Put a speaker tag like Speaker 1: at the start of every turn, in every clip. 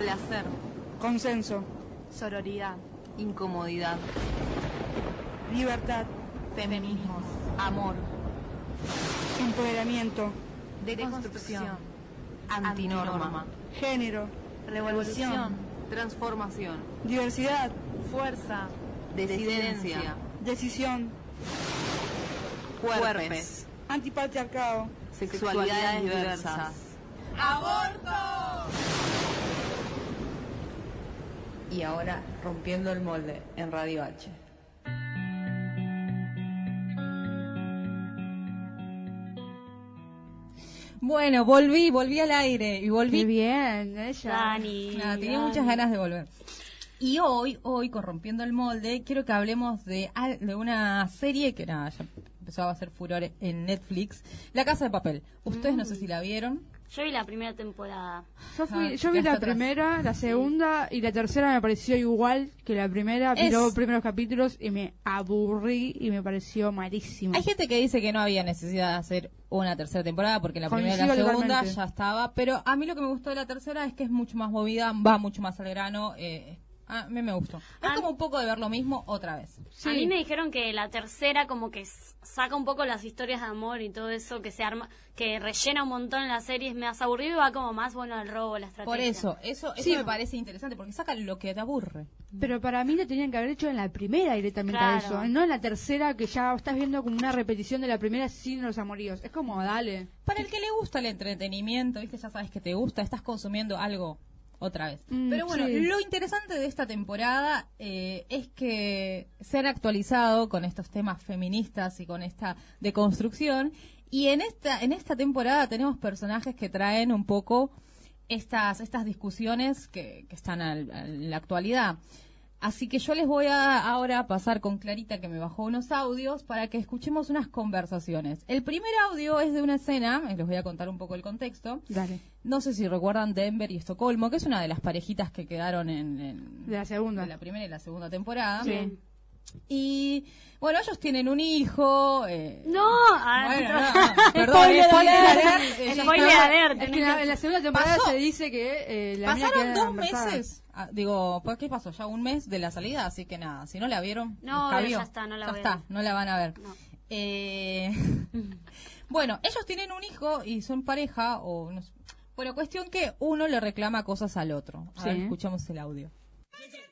Speaker 1: Placer,
Speaker 2: consenso,
Speaker 3: sororidad,
Speaker 1: incomodidad,
Speaker 2: libertad,
Speaker 3: feminismos,
Speaker 1: amor,
Speaker 2: empoderamiento,
Speaker 3: deconstrucción,
Speaker 1: antinorma,
Speaker 2: género,
Speaker 3: revolución,
Speaker 1: transformación,
Speaker 2: diversidad,
Speaker 3: fuerza,
Speaker 1: decidencia,
Speaker 2: decisión,
Speaker 1: cuerpes,
Speaker 2: antipatriarcado,
Speaker 1: sexualidades diversas.
Speaker 3: aborto.
Speaker 4: Y ahora rompiendo el molde en Radio H.
Speaker 5: Bueno, volví, volví al aire y volví.
Speaker 6: Qué bien, ella.
Speaker 7: Dani.
Speaker 5: Nada, tenía muchas ganas de volver. Y hoy, hoy, corrompiendo el molde, quiero que hablemos de, al- de una serie que nada, ya empezó a hacer furor en Netflix, La Casa de Papel. Ustedes no sé si la vieron.
Speaker 7: Yo vi la primera temporada.
Speaker 6: Yo, fui-
Speaker 5: Ah,
Speaker 6: yo vi
Speaker 5: ya está
Speaker 6: la
Speaker 5: atrás.
Speaker 6: primera, la segunda y la tercera me pareció igual que la primera. Vi
Speaker 5: Es-
Speaker 6: los primeros capítulos y me aburrí y me pareció malísimo.
Speaker 5: Hay gente que dice que no había necesidad de hacer una tercera temporada porque la primera y la
Speaker 6: Coincido
Speaker 5: segunda
Speaker 6: totalmente.
Speaker 5: ya estaba, pero a mí lo que me gustó de la tercera es que es mucho más movida, va mucho más al grano. Eh, a mí me gustó. Es
Speaker 7: Ah.
Speaker 5: como un poco de ver lo mismo otra vez.
Speaker 7: A mí me dijeron que la tercera como que s- saca un poco las historias de amor y todo eso que se arma, que rellena un montón las series, me has aburrido y va como más bueno al robo, la estrategia.
Speaker 5: Por eso, eso, eso me parece interesante porque saca lo que te aburre.
Speaker 6: Pero para mí lo tenían que haber hecho en la primera directamente a
Speaker 7: Claro.
Speaker 6: eso, no en la tercera que ya estás viendo como una repetición de la primera sin los amoríos. Es como, dale.
Speaker 5: Para el que le gusta el entretenimiento, viste, ya sabes que te gusta, estás consumiendo algo otra vez.
Speaker 6: Mm,
Speaker 5: Pero bueno,
Speaker 6: sí.
Speaker 5: lo interesante de esta temporada eh, es que se han actualizado con estos temas feministas y con esta deconstrucción. Y en esta, en esta temporada tenemos personajes que traen un poco estas, estas discusiones que, que están al- al- en la actualidad. Así que yo les voy a ahora pasar con Clarita que me bajó unos audios para que escuchemos unas conversaciones. El primer audio es de una escena, eh, les voy a contar un poco el contexto.
Speaker 6: Dale.
Speaker 5: No sé si recuerdan Denver y Estocolmo, que es una de las parejitas que quedaron en, en-
Speaker 6: De la segunda.
Speaker 5: de la primera y la segunda temporada.
Speaker 6: Sí.
Speaker 5: Y bueno, ellos tienen un hijo. eh,
Speaker 7: No, a-
Speaker 5: bueno, no, no, perdón,
Speaker 6: Ah, Spoiler
Speaker 5: eh, spoiler
Speaker 6: alert.
Speaker 5: alert, eh, ya
Speaker 7: Spoiler
Speaker 5: está.
Speaker 7: alert.
Speaker 6: Es que en la, en la segunda temporada
Speaker 5: Pasó.
Speaker 6: se dice que eh, la mina
Speaker 5: Pasaron
Speaker 6: queda
Speaker 5: dos
Speaker 6: embarazada.
Speaker 5: meses, ah, digo, ¿por qué pasó? Ya un mes de la salida, así que nada, si no la vieron,
Speaker 7: No,
Speaker 5: la
Speaker 7: pero
Speaker 5: vio.
Speaker 7: ya está, no la
Speaker 5: Ya
Speaker 7: voy a
Speaker 5: está,
Speaker 7: ver.
Speaker 5: no la van a ver.
Speaker 7: No.
Speaker 5: Eh, bueno, ellos tienen un hijo y son pareja, o no sé. Bueno, cuestión que uno le reclama cosas al otro. A
Speaker 6: Sí.
Speaker 5: ver, escuchamos el audio.
Speaker 8: Escúchame,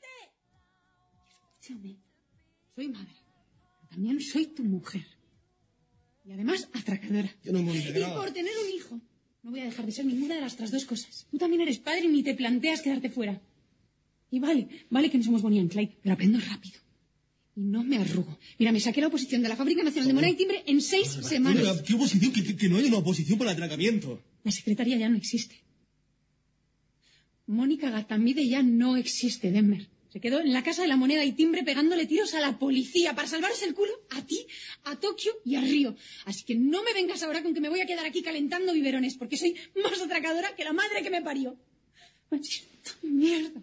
Speaker 8: soy madre. pero También soy tu mujer. Y además, atracadora.
Speaker 9: Yo no me
Speaker 8: y por tener un hijo. No voy a dejar de ser ninguna de las otras dos cosas. Tú también eres padre y ni te planteas quedarte fuera. Y vale, vale que no somos Bonnie and Clyde, pero aprendo rápido. Y no me arrugo. Mira, me saqué la oposición de la Fábrica Nacional de Moneda y Timbre en seis semanas.
Speaker 9: ¿Qué oposición? Que, que- que no hay una oposición por atracamiento.
Speaker 8: La secretaria ya no existe. Mónica Gatamide ya no existe, Denver. Se quedó en la casa de la moneda y timbre pegándole tiros a la policía para salvaros el culo a ti, a Tokio y a Río. Así que no me vengas ahora con que me voy a quedar aquí calentando biberones, porque soy más atracadora que la madre que me parió. Machista, mierda.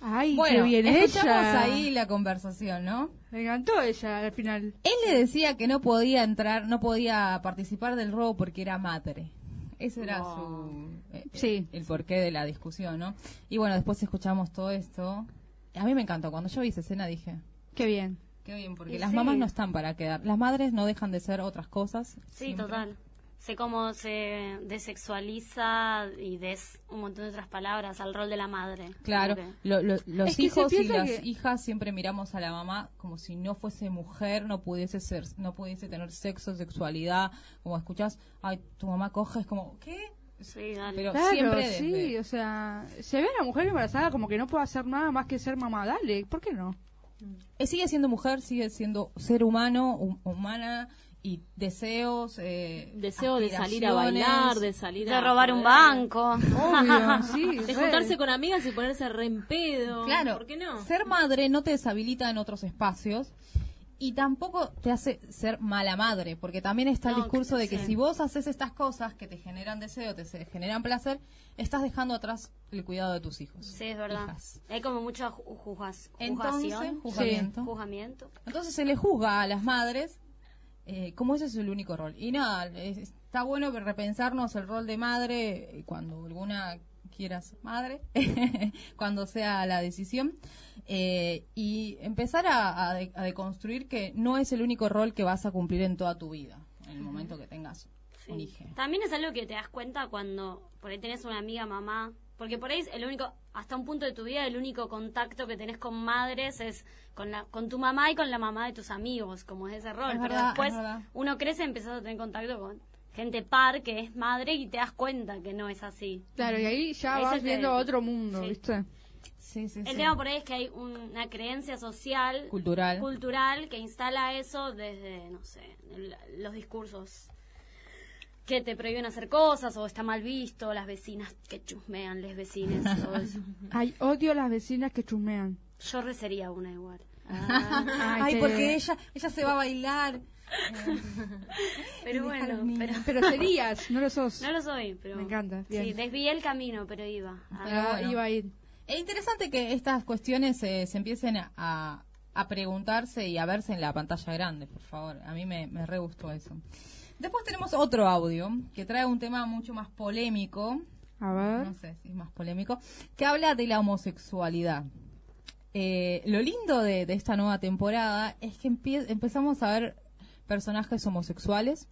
Speaker 6: Ay,
Speaker 5: Bueno,
Speaker 6: qué bien
Speaker 5: escuchamos
Speaker 6: ella.
Speaker 5: ahí la conversación, ¿no?
Speaker 6: Me encantó ella al final.
Speaker 5: Él le decía que no podía entrar, no podía participar del robo porque era madre. Ese era su. eh,
Speaker 6: Sí.
Speaker 5: El porqué de la discusión, ¿no? Y bueno, después escuchamos todo esto. A mí me encantó. Cuando yo vi esa escena dije.
Speaker 6: Qué bien.
Speaker 5: Qué bien, porque las mamás no están para quedar. Las madres no dejan de ser otras cosas.
Speaker 7: sí,
Speaker 5: siempre.
Speaker 7: total. Sé cómo se desexualiza y des un montón de otras palabras al rol de la madre.
Speaker 5: Claro,
Speaker 7: Como que-
Speaker 5: lo- lo- los
Speaker 6: Es que se
Speaker 5: hijos y
Speaker 6: piensa
Speaker 5: las
Speaker 6: que-
Speaker 5: hijas siempre miramos a la mamá como si no fuese mujer, no pudiese ser, no pudiese tener sexo, sexualidad, como escuchas, ay, tu mamá coge, es como, ¿qué?
Speaker 7: Sí, dale.
Speaker 5: Pero
Speaker 6: Claro,
Speaker 5: siempre
Speaker 6: sí,
Speaker 5: desde-
Speaker 6: o sea, se ve a la mujer embarazada como que no puede hacer nada más que ser mamá. Dale, ¿por qué no?
Speaker 5: Eh, sigue siendo mujer, sigue siendo ser humano, hum- humana y deseos, eh,
Speaker 10: Deseo de salir a bailar, de
Speaker 5: aspiraciones.
Speaker 10: salir a...
Speaker 7: De robar un banco.
Speaker 6: Obvio, sí.
Speaker 10: De
Speaker 6: re.
Speaker 10: juntarse con amigas y ponerse re en pedo.
Speaker 5: Claro,
Speaker 10: ¿Por qué no?
Speaker 5: ser madre no te deshabilita en otros espacios y tampoco te hace ser mala madre, porque también está el
Speaker 7: No,
Speaker 5: discurso de que
Speaker 7: sí.
Speaker 5: si vos haces estas cosas que te generan deseo, te se- generan placer, estás dejando atrás el cuidado de tus hijos.
Speaker 7: Sí, es verdad.
Speaker 5: hijas.
Speaker 7: Hay como mucha ju- juzgas-
Speaker 5: Entonces,
Speaker 7: juzgación.
Speaker 5: juzgamiento.
Speaker 7: Juzgamiento.
Speaker 5: Entonces se le juzga a las madres eh, como ese es el único rol. Y nada, es- está bueno repensarnos el rol de madre eh, cuando alguna quieras madre, cuando sea la decisión, eh, y empezar a, a de- a deconstruir que no es el único rol que vas a cumplir en toda tu vida, en el momento que tengas un
Speaker 7: Sí.
Speaker 5: hijo.
Speaker 7: También es algo que te das cuenta cuando por ahí tenés una amiga mamá, porque por ahí es el único, hasta un punto de tu vida, el único contacto que tenés con madres es con, la, con tu mamá y con la mamá de tus amigos, como es ese rol.
Speaker 5: Es
Speaker 7: Pero
Speaker 5: verdad,
Speaker 7: después
Speaker 5: es verdad.
Speaker 7: uno crece y empezás a tener contacto con gente par que es madre y te das cuenta que no es así.
Speaker 6: Claro, y ahí ya
Speaker 7: Ese
Speaker 6: vas
Speaker 7: es el-
Speaker 6: viendo otro mundo,
Speaker 7: sí.
Speaker 6: ¿viste?
Speaker 5: Sí, sí,
Speaker 7: El
Speaker 5: sí.
Speaker 7: tema por ahí es que hay una creencia social,
Speaker 5: Cultural.
Speaker 7: cultural, que instala eso desde, no sé, el- los discursos que te prohíben hacer cosas o está mal visto, las vecinas que chusmean, les vecines, todo eso.
Speaker 6: Ay, odio a las vecinas que chumean.
Speaker 7: Yo resería una igual.
Speaker 6: Ay,
Speaker 5: Ay,
Speaker 6: te-
Speaker 5: porque ella, ella se va a bailar.
Speaker 7: Pero
Speaker 5: deja a los
Speaker 7: bueno,
Speaker 5: niños.
Speaker 7: pero,
Speaker 6: Pero serías, no lo sos.
Speaker 7: no lo soy, pero...
Speaker 6: Me encanta,
Speaker 7: Sí,
Speaker 6: bien.
Speaker 7: desvié el camino, pero iba. Ah,
Speaker 5: Pero
Speaker 6: Ah,
Speaker 5: bueno.
Speaker 6: iba a ir.
Speaker 5: Es interesante que estas cuestiones eh, se empiecen a, a preguntarse y a verse en la pantalla grande, por favor. A mí me, me re gustó eso. Después tenemos otro audio que trae un tema mucho más polémico,
Speaker 6: A ver.
Speaker 5: no sé si es más polémico, que habla de la homosexualidad. Eh, lo lindo de, de esta nueva temporada es que empie- empezamos a ver personajes homosexuales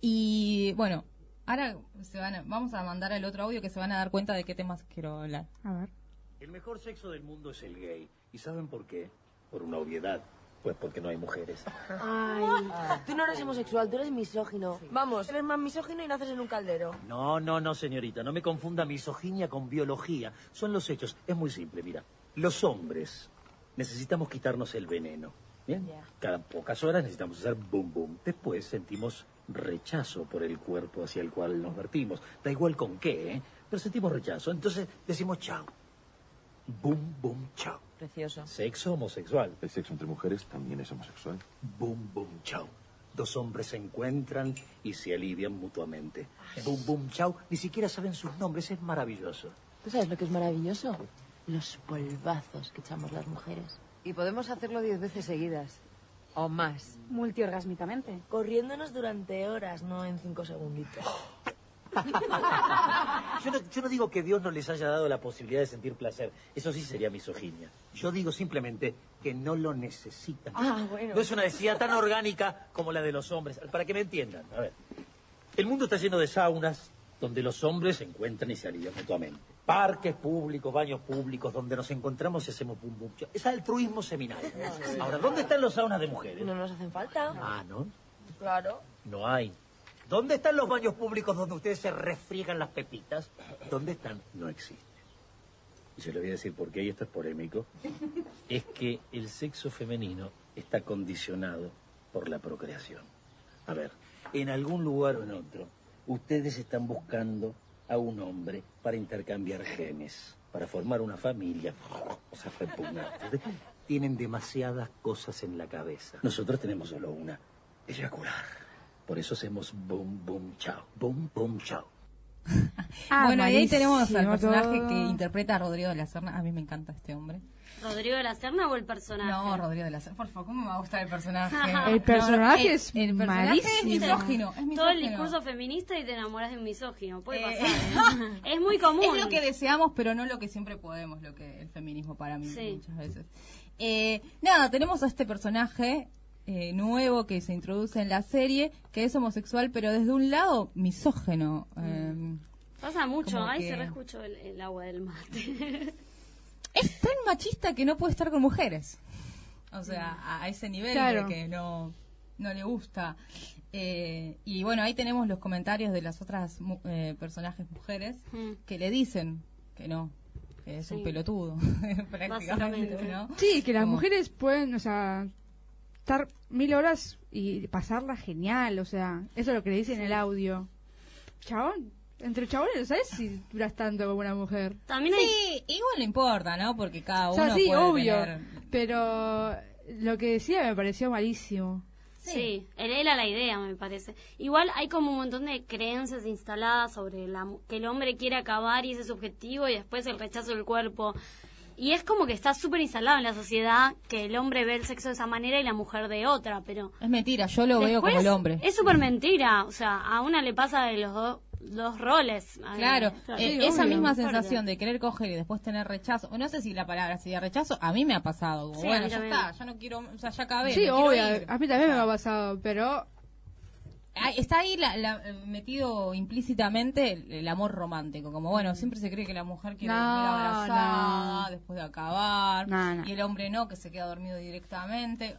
Speaker 5: y bueno, ahora se van a- vamos a mandar el otro audio que se van a dar cuenta de qué temas quiero hablar.
Speaker 6: A ver.
Speaker 11: El mejor sexo del mundo es el gay. ¿Y saben por qué? Por una obviedad. Pues porque no hay mujeres.
Speaker 12: Tú no eres homosexual, tú eres misógino. Vamos, eres más misógino y naces en un caldero.
Speaker 11: No, no, no, señorita. No me confunda misoginia con biología. Son los hechos. Es muy simple, mira. Los hombres necesitamos quitarnos el veneno. ¿Bien? Cada pocas horas necesitamos hacer boom, boom. Después sentimos rechazo por el cuerpo hacia el cual nos vertimos. Da igual con qué, ¿eh? Pero sentimos rechazo. Entonces decimos chao. Boom, boom, chao.
Speaker 12: Precioso.
Speaker 11: Sexo homosexual.
Speaker 13: ¿El sexo entre mujeres también es homosexual?
Speaker 11: Boom, boom, chau. Dos hombres se encuentran y se alivian mutuamente. Boom, boom, chau. Ni siquiera saben sus nombres. Es maravilloso.
Speaker 12: ¿Tú sabes lo que es maravilloso? Los polvazos que echamos las mujeres.
Speaker 4: Y podemos hacerlo diez veces seguidas. O más.
Speaker 12: Multiorgásmicamente. Corriéndonos durante horas, no en cinco segunditos.
Speaker 11: Yo no, yo no digo que Dios no les haya dado la posibilidad de sentir placer. Eso sí sería misoginia. Yo digo simplemente que no lo necesitan.
Speaker 12: Ah, bueno.
Speaker 11: No es una necesidad tan orgánica como la de los hombres. Para que me entiendan, a ver. El mundo está lleno de saunas donde los hombres se encuentran y se alivian mutuamente. Parques públicos, baños públicos, donde nos encontramos y hacemos pum pum. Es altruismo seminario. Ahora, ¿dónde están los saunas de mujeres?
Speaker 12: Ah, No nos hacen falta.
Speaker 11: Ah, ¿no?
Speaker 12: Claro.
Speaker 11: No hay. ¿Dónde están los baños públicos donde ustedes se refriegan las pepitas? ¿Dónde están? No existe. Y se lo voy a decir porque ahí esto es polémico. Es que el sexo femenino está condicionado por la procreación. A ver, en algún lugar o en otro, ustedes están buscando a un hombre para intercambiar genes, para formar una familia. Cosas repugnantes. Tienen demasiadas cosas en la cabeza. Nosotros tenemos solo una, eyacular. Por eso hacemos boom, boom, chao. Boom, boom, chao.
Speaker 6: Ah,
Speaker 5: bueno, y ahí
Speaker 6: malísimo
Speaker 5: tenemos al personaje
Speaker 6: todo.
Speaker 5: que interpreta a Rodrigo de la Serna. A mí me encanta este hombre.
Speaker 7: ¿Rodrigo de la Serna o el personaje?
Speaker 5: No, Rodrigo de la Serna. Por favor, ¿cómo me va a gustar el personaje?
Speaker 6: El
Speaker 5: No,
Speaker 6: personaje
Speaker 5: el-
Speaker 6: es
Speaker 5: el personaje es
Speaker 6: malísimo.
Speaker 5: misógino. Es
Speaker 7: Todo el
Speaker 5: misógino.
Speaker 7: discurso feminista y te enamoras de un misógino. Puede
Speaker 5: Eh,
Speaker 7: pasar. ¿eh? es muy común.
Speaker 5: Es lo que deseamos, pero no lo que siempre podemos, lo que el feminismo para mí
Speaker 7: Sí.
Speaker 5: muchas veces. Eh, nada, tenemos a este personaje eh, nuevo que se introduce en la serie, que es homosexual, pero desde un lado misógeno.
Speaker 7: Mm.
Speaker 5: Eh,
Speaker 7: Pasa mucho.
Speaker 5: Como
Speaker 7: Ay,
Speaker 5: que-
Speaker 7: se reescuchó el, el agua del mate.
Speaker 5: es tan machista que no puede estar con mujeres. O sea, a, a ese nivel
Speaker 6: Claro.
Speaker 5: de que no, no le gusta. Eh, y bueno, ahí tenemos los comentarios de las otras mu- eh, personajes mujeres
Speaker 7: Mm.
Speaker 5: que le dicen que no, que es un
Speaker 7: Sí.
Speaker 5: pelotudo, prácticamente,
Speaker 7: Básicamente.
Speaker 5: ¿no?
Speaker 6: Sí, que las
Speaker 5: Como-
Speaker 6: mujeres pueden, o sea, estar mil horas y pasarla genial, o sea, eso es lo que le dice en el audio. Chabón, entre chabones, ¿sabes si duras tanto como una mujer?
Speaker 7: También hay...
Speaker 5: Sí, igual no importa, ¿no? Porque cada
Speaker 6: O
Speaker 5: Ah, uno
Speaker 6: sea, sí,
Speaker 5: puede
Speaker 6: obvio,
Speaker 5: tener-
Speaker 6: pero lo que decía me pareció malísimo.
Speaker 7: Sí, él era la idea, me parece. Igual hay como un montón de creencias instaladas sobre la, mu- que el hombre quiere acabar y ese es su objetivo y después el rechazo del cuerpo. Y es como que está súper instalado en la sociedad que el hombre ve el sexo de esa manera y la mujer de otra, pero...
Speaker 5: Es mentira, yo lo veo como
Speaker 7: después
Speaker 5: el hombre.
Speaker 7: Es súper mentira, o sea, a una le pasa de los dos, los roles. Ay,
Speaker 5: Claro,
Speaker 7: claro.
Speaker 5: eh, esa misma sensación de querer coger y después tener rechazo, no sé si la palabra sería rechazo, a mí me ha pasado. como,
Speaker 6: Sí, a
Speaker 5: bueno,
Speaker 6: mí
Speaker 5: ya
Speaker 6: también.
Speaker 5: está, ya no quiero, o sea, ya acabé.
Speaker 6: sí,
Speaker 5: me quiero
Speaker 6: obvio,
Speaker 5: ir.
Speaker 6: a mí también me ha pasado, pero
Speaker 5: Ah, Está ahí la- la- eh, metido implícitamente el, el amor romántico, como bueno, siempre se cree que la mujer quiere
Speaker 6: No,
Speaker 5: dormir abrazada
Speaker 6: no.
Speaker 5: después de acabar
Speaker 6: No, no.
Speaker 5: y el hombre no, que se queda dormido directamente.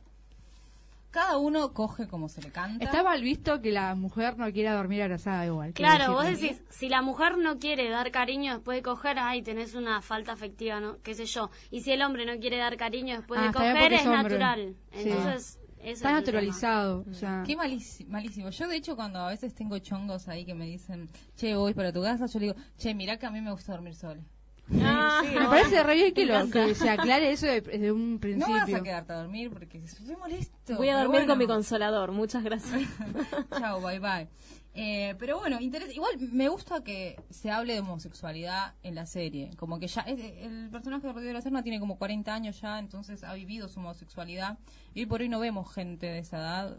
Speaker 5: Cada uno coge como se le canta.
Speaker 6: está mal visto que la mujer no quiera dormir abrazada igual. quiero
Speaker 7: Claro, vos
Speaker 6: decirte.
Speaker 7: decís, si la mujer no quiere dar cariño después de coger, ay, tenés una falta afectiva, ¿no? qué sé yo. Y si el hombre no quiere dar cariño después
Speaker 6: Ah,
Speaker 7: de
Speaker 6: está bien
Speaker 7: coger,
Speaker 6: porque
Speaker 7: es,
Speaker 6: es hombre.
Speaker 7: natural.
Speaker 6: Sí.
Speaker 7: Entonces, eso
Speaker 6: Está
Speaker 7: es el
Speaker 6: naturalizado, o sea,
Speaker 5: Qué malísimo, malísimo. Yo, de hecho, cuando a veces tengo chongos ahí que me dicen, che, voy para tu casa, yo le digo, che, mirá que a mí me gusta dormir sola.
Speaker 6: me parece re bien que, lo- que se aclare eso de- desde un
Speaker 5: Ah. No
Speaker 6: principio.
Speaker 5: vas a quedarte a dormir porque es re molesto.
Speaker 10: Voy a
Speaker 5: pero
Speaker 10: dormir con mi
Speaker 5: bueno.
Speaker 10: consolador. Muchas gracias.
Speaker 5: Chao, bye bye. Eh, pero bueno, interes- igual me gusta que se hable de homosexualidad en la serie. Como que ya, es- el personaje de Rodrigo de la Serna tiene como 40 años ya, entonces ha vivido su homosexualidad. Y hoy por hoy no vemos gente de esa edad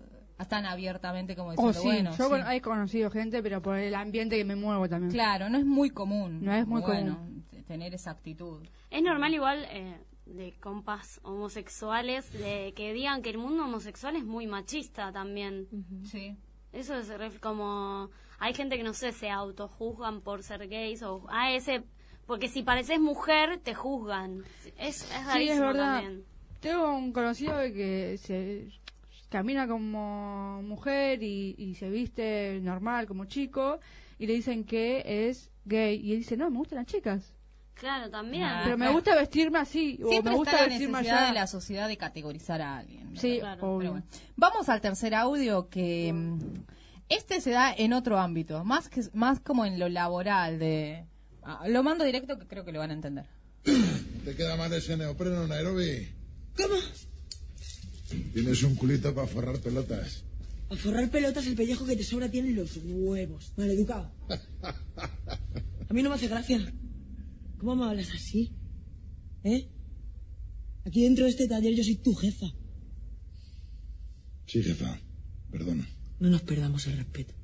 Speaker 5: tan abiertamente como
Speaker 6: Oh,
Speaker 5: diciendo,
Speaker 6: sí,
Speaker 5: bueno,
Speaker 6: yo
Speaker 5: sí.
Speaker 6: con- he conocido gente, pero por el ambiente que me muevo también.
Speaker 5: Claro, no es muy común.
Speaker 6: No es muy
Speaker 5: Bueno,
Speaker 6: común.
Speaker 5: t- tener esa actitud.
Speaker 7: Es normal igual eh, de compas homosexuales de que digan que el mundo homosexual es muy machista también.
Speaker 5: Sí.
Speaker 7: Eso es re- como hay gente que no sé se autojuzgan por ser gays o ah ese porque si pareces mujer te juzgan. Es, es
Speaker 6: Sí, es
Speaker 7: rarísimo
Speaker 6: verdad.
Speaker 7: también.
Speaker 6: Tengo un conocido de que se camina como mujer y, y se viste normal, como chico, y le dicen que es gay. Y él dice, no, me gustan las chicas.
Speaker 7: Claro, también.
Speaker 6: pero me gusta vestirme así, o
Speaker 5: Ah, Siempre
Speaker 6: me gusta
Speaker 5: está la
Speaker 6: vestirme
Speaker 5: necesidad
Speaker 6: allá.
Speaker 5: de la sociedad de categorizar a alguien. ¿no?
Speaker 6: Sí,
Speaker 5: Claro.
Speaker 6: obvio.
Speaker 5: Pero bueno. Vamos al tercer audio que mm, este se da en otro ámbito, más que más como en lo laboral de ah, lo mando directo que creo que lo van a entender.
Speaker 14: ¿Te queda más de ese neopreno, Nairobi? ¿Cómo? Tienes un culito para forrar pelotas.
Speaker 15: A forrar pelotas el pellejo que te sobra tienen los huevos. Maleducado. A mí no me hace gracia. ¿Cómo me hablas así? ¿Eh? Aquí dentro de este taller yo soy tu jefa.
Speaker 14: Sí, jefa. Perdona.
Speaker 15: No nos perdamos el respeto.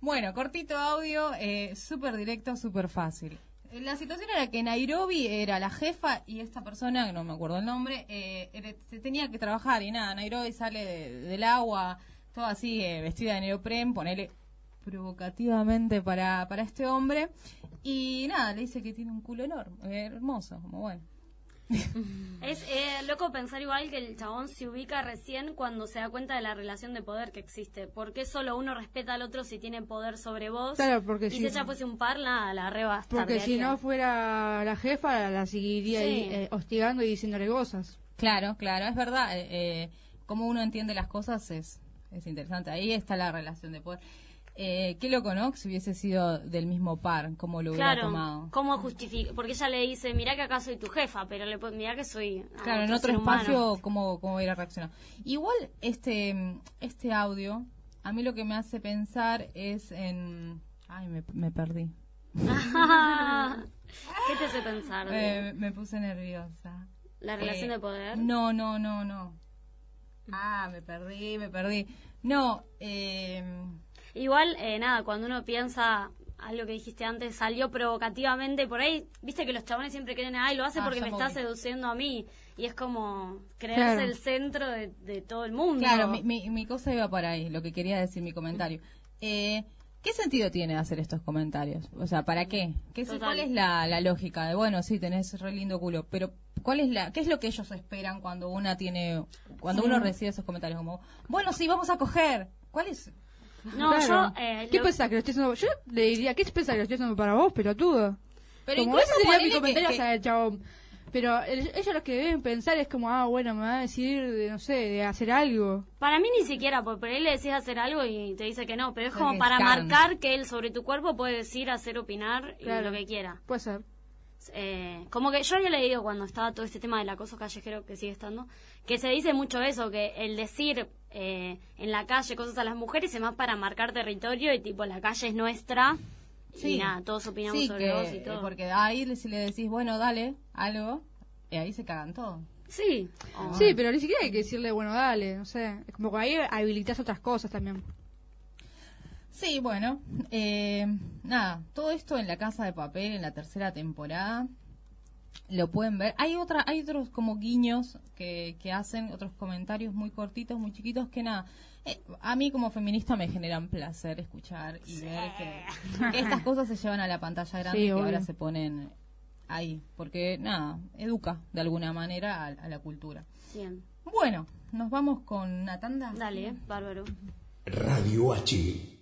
Speaker 5: Bueno, cortito audio, eh, súper directo, súper fácil. La situación era que Nairobi era la jefa y esta persona, que no me acuerdo el nombre, eh, era- se tenía que trabajar y nada, Nairobi sale de- del agua, toda así eh, vestida de neopren, ponele provocativamente para, para este hombre y nada, le dice que tiene un culo enorme, eh, hermoso, como bueno.
Speaker 7: Es eh, loco pensar igual que el chabón se ubica recién cuando se da cuenta de la relación de poder que existe. ¿Por qué solo uno respeta al otro si tiene poder sobre vos?
Speaker 6: Claro, porque
Speaker 7: y
Speaker 6: si-
Speaker 7: si ella fuese un par, nada, la rebasta.
Speaker 6: Porque si no fuera la jefa, la seguiría
Speaker 7: Sí.
Speaker 6: ahí, eh, hostigando y diciéndole cosas.
Speaker 5: Claro, claro, es verdad. eh, eh, cómo uno entiende las cosas es, es interesante. Ahí está la relación de poder. Eh, qué loco, ¿no? Que si hubiese sido del mismo par, cómo lo hubiera
Speaker 7: Claro,
Speaker 5: tomado.
Speaker 7: ¿cómo justifica? Porque ella le dice, mirá que acá soy tu jefa, pero le puede, mirá que soy... ah,
Speaker 5: Claro, en otro
Speaker 7: ser humano".
Speaker 5: espacio, ¿cómo, cómo hubiera reaccionado. Igual este, mm, este audio, a mí lo que me hace pensar es en... Ay, me, me perdí.
Speaker 7: ¿Qué te hace pensar? de
Speaker 5: Eh, me puse nerviosa.
Speaker 7: ¿La relación
Speaker 5: Eh,
Speaker 7: de poder?
Speaker 5: No, no, no, no. Ah, me perdí, me perdí. No, eh...
Speaker 7: Igual, eh, nada, cuando uno piensa algo que dijiste antes, salió provocativamente por ahí, viste que los chabones siempre creen, ay, lo hace
Speaker 5: Ah,
Speaker 7: porque
Speaker 5: ya
Speaker 7: me
Speaker 5: me
Speaker 7: está
Speaker 5: ubico.
Speaker 7: seduciendo a mí. Y es como creerse
Speaker 5: Claro.
Speaker 7: el centro de, de todo el mundo.
Speaker 5: Claro, mi, mi- mi cosa iba para ahí, lo que quería decir, mi comentario. Eh, ¿Qué sentido tiene hacer estos comentarios? O sea, ¿para qué? ¿Qué
Speaker 7: Total.
Speaker 5: ¿Cuál es la, la lógica de, bueno, sí, tenés re lindo culo, pero ¿cuál es la, qué es lo que ellos esperan cuando una tiene, cuando
Speaker 7: Sí.
Speaker 5: uno recibe esos comentarios? Como, bueno, sí, vamos a coger. ¿Cuál es?
Speaker 7: No,
Speaker 6: Claro.
Speaker 7: yo... eh,
Speaker 6: ¿Qué
Speaker 7: lo-
Speaker 6: pensás que lo estoy haciendo? Yo le diría, ¿qué pensás que lo estoy haciendo para vos, pelotudo?
Speaker 5: Pero
Speaker 6: como
Speaker 5: incluso
Speaker 6: ese sería
Speaker 5: ponele
Speaker 6: mi
Speaker 5: que-
Speaker 6: comentario
Speaker 5: que-
Speaker 6: hacia el chabón. Pero el- ellos lo que deben pensar es como, ah, bueno, me va a decir, de, no sé, de hacer algo.
Speaker 7: Para mí ni siquiera, porque por ahí le decís hacer algo y te dice que no, pero es
Speaker 6: Creo que
Speaker 7: como
Speaker 6: es
Speaker 7: para
Speaker 6: carne.
Speaker 7: marcar que él sobre tu cuerpo puede decir, hacer, opinar
Speaker 6: Claro.
Speaker 7: y lo que quiera.
Speaker 6: Puede ser.
Speaker 7: Eh, como que yo había leído cuando estaba todo este tema del acoso callejero que sigue estando, que se dice mucho eso, que el decir eh, en la calle cosas a las mujeres es más para marcar territorio y tipo la calle es nuestra
Speaker 5: Sí.
Speaker 7: y nada, todos opinamos
Speaker 5: Sí,
Speaker 7: sobre
Speaker 5: que-
Speaker 7: vos y todo.
Speaker 5: porque ahí si le decís, bueno, dale, algo, y ahí se cagan todos.
Speaker 7: Sí.
Speaker 6: Sí, pero ni siquiera hay que decirle, bueno, dale, no sé. Es como que ahí habilitas otras cosas también.
Speaker 5: Sí, bueno, eh, nada, todo esto en la Casa de Papel, en la tercera temporada, lo pueden ver. Hay otra, hay otros como guiños que, que hacen, otros comentarios muy cortitos, muy chiquitos, que nada, eh, a mí como feminista me generan placer escuchar y ver que, que estas cosas se llevan a la pantalla grande
Speaker 6: Sí,
Speaker 5: y que
Speaker 6: obvio.
Speaker 5: ahora se ponen ahí, porque nada, educa de alguna manera a, a la cultura.
Speaker 7: Bien. eh,
Speaker 5: Bueno, nos vamos con una tanda.
Speaker 7: Dale, bárbaro.
Speaker 16: Radio H.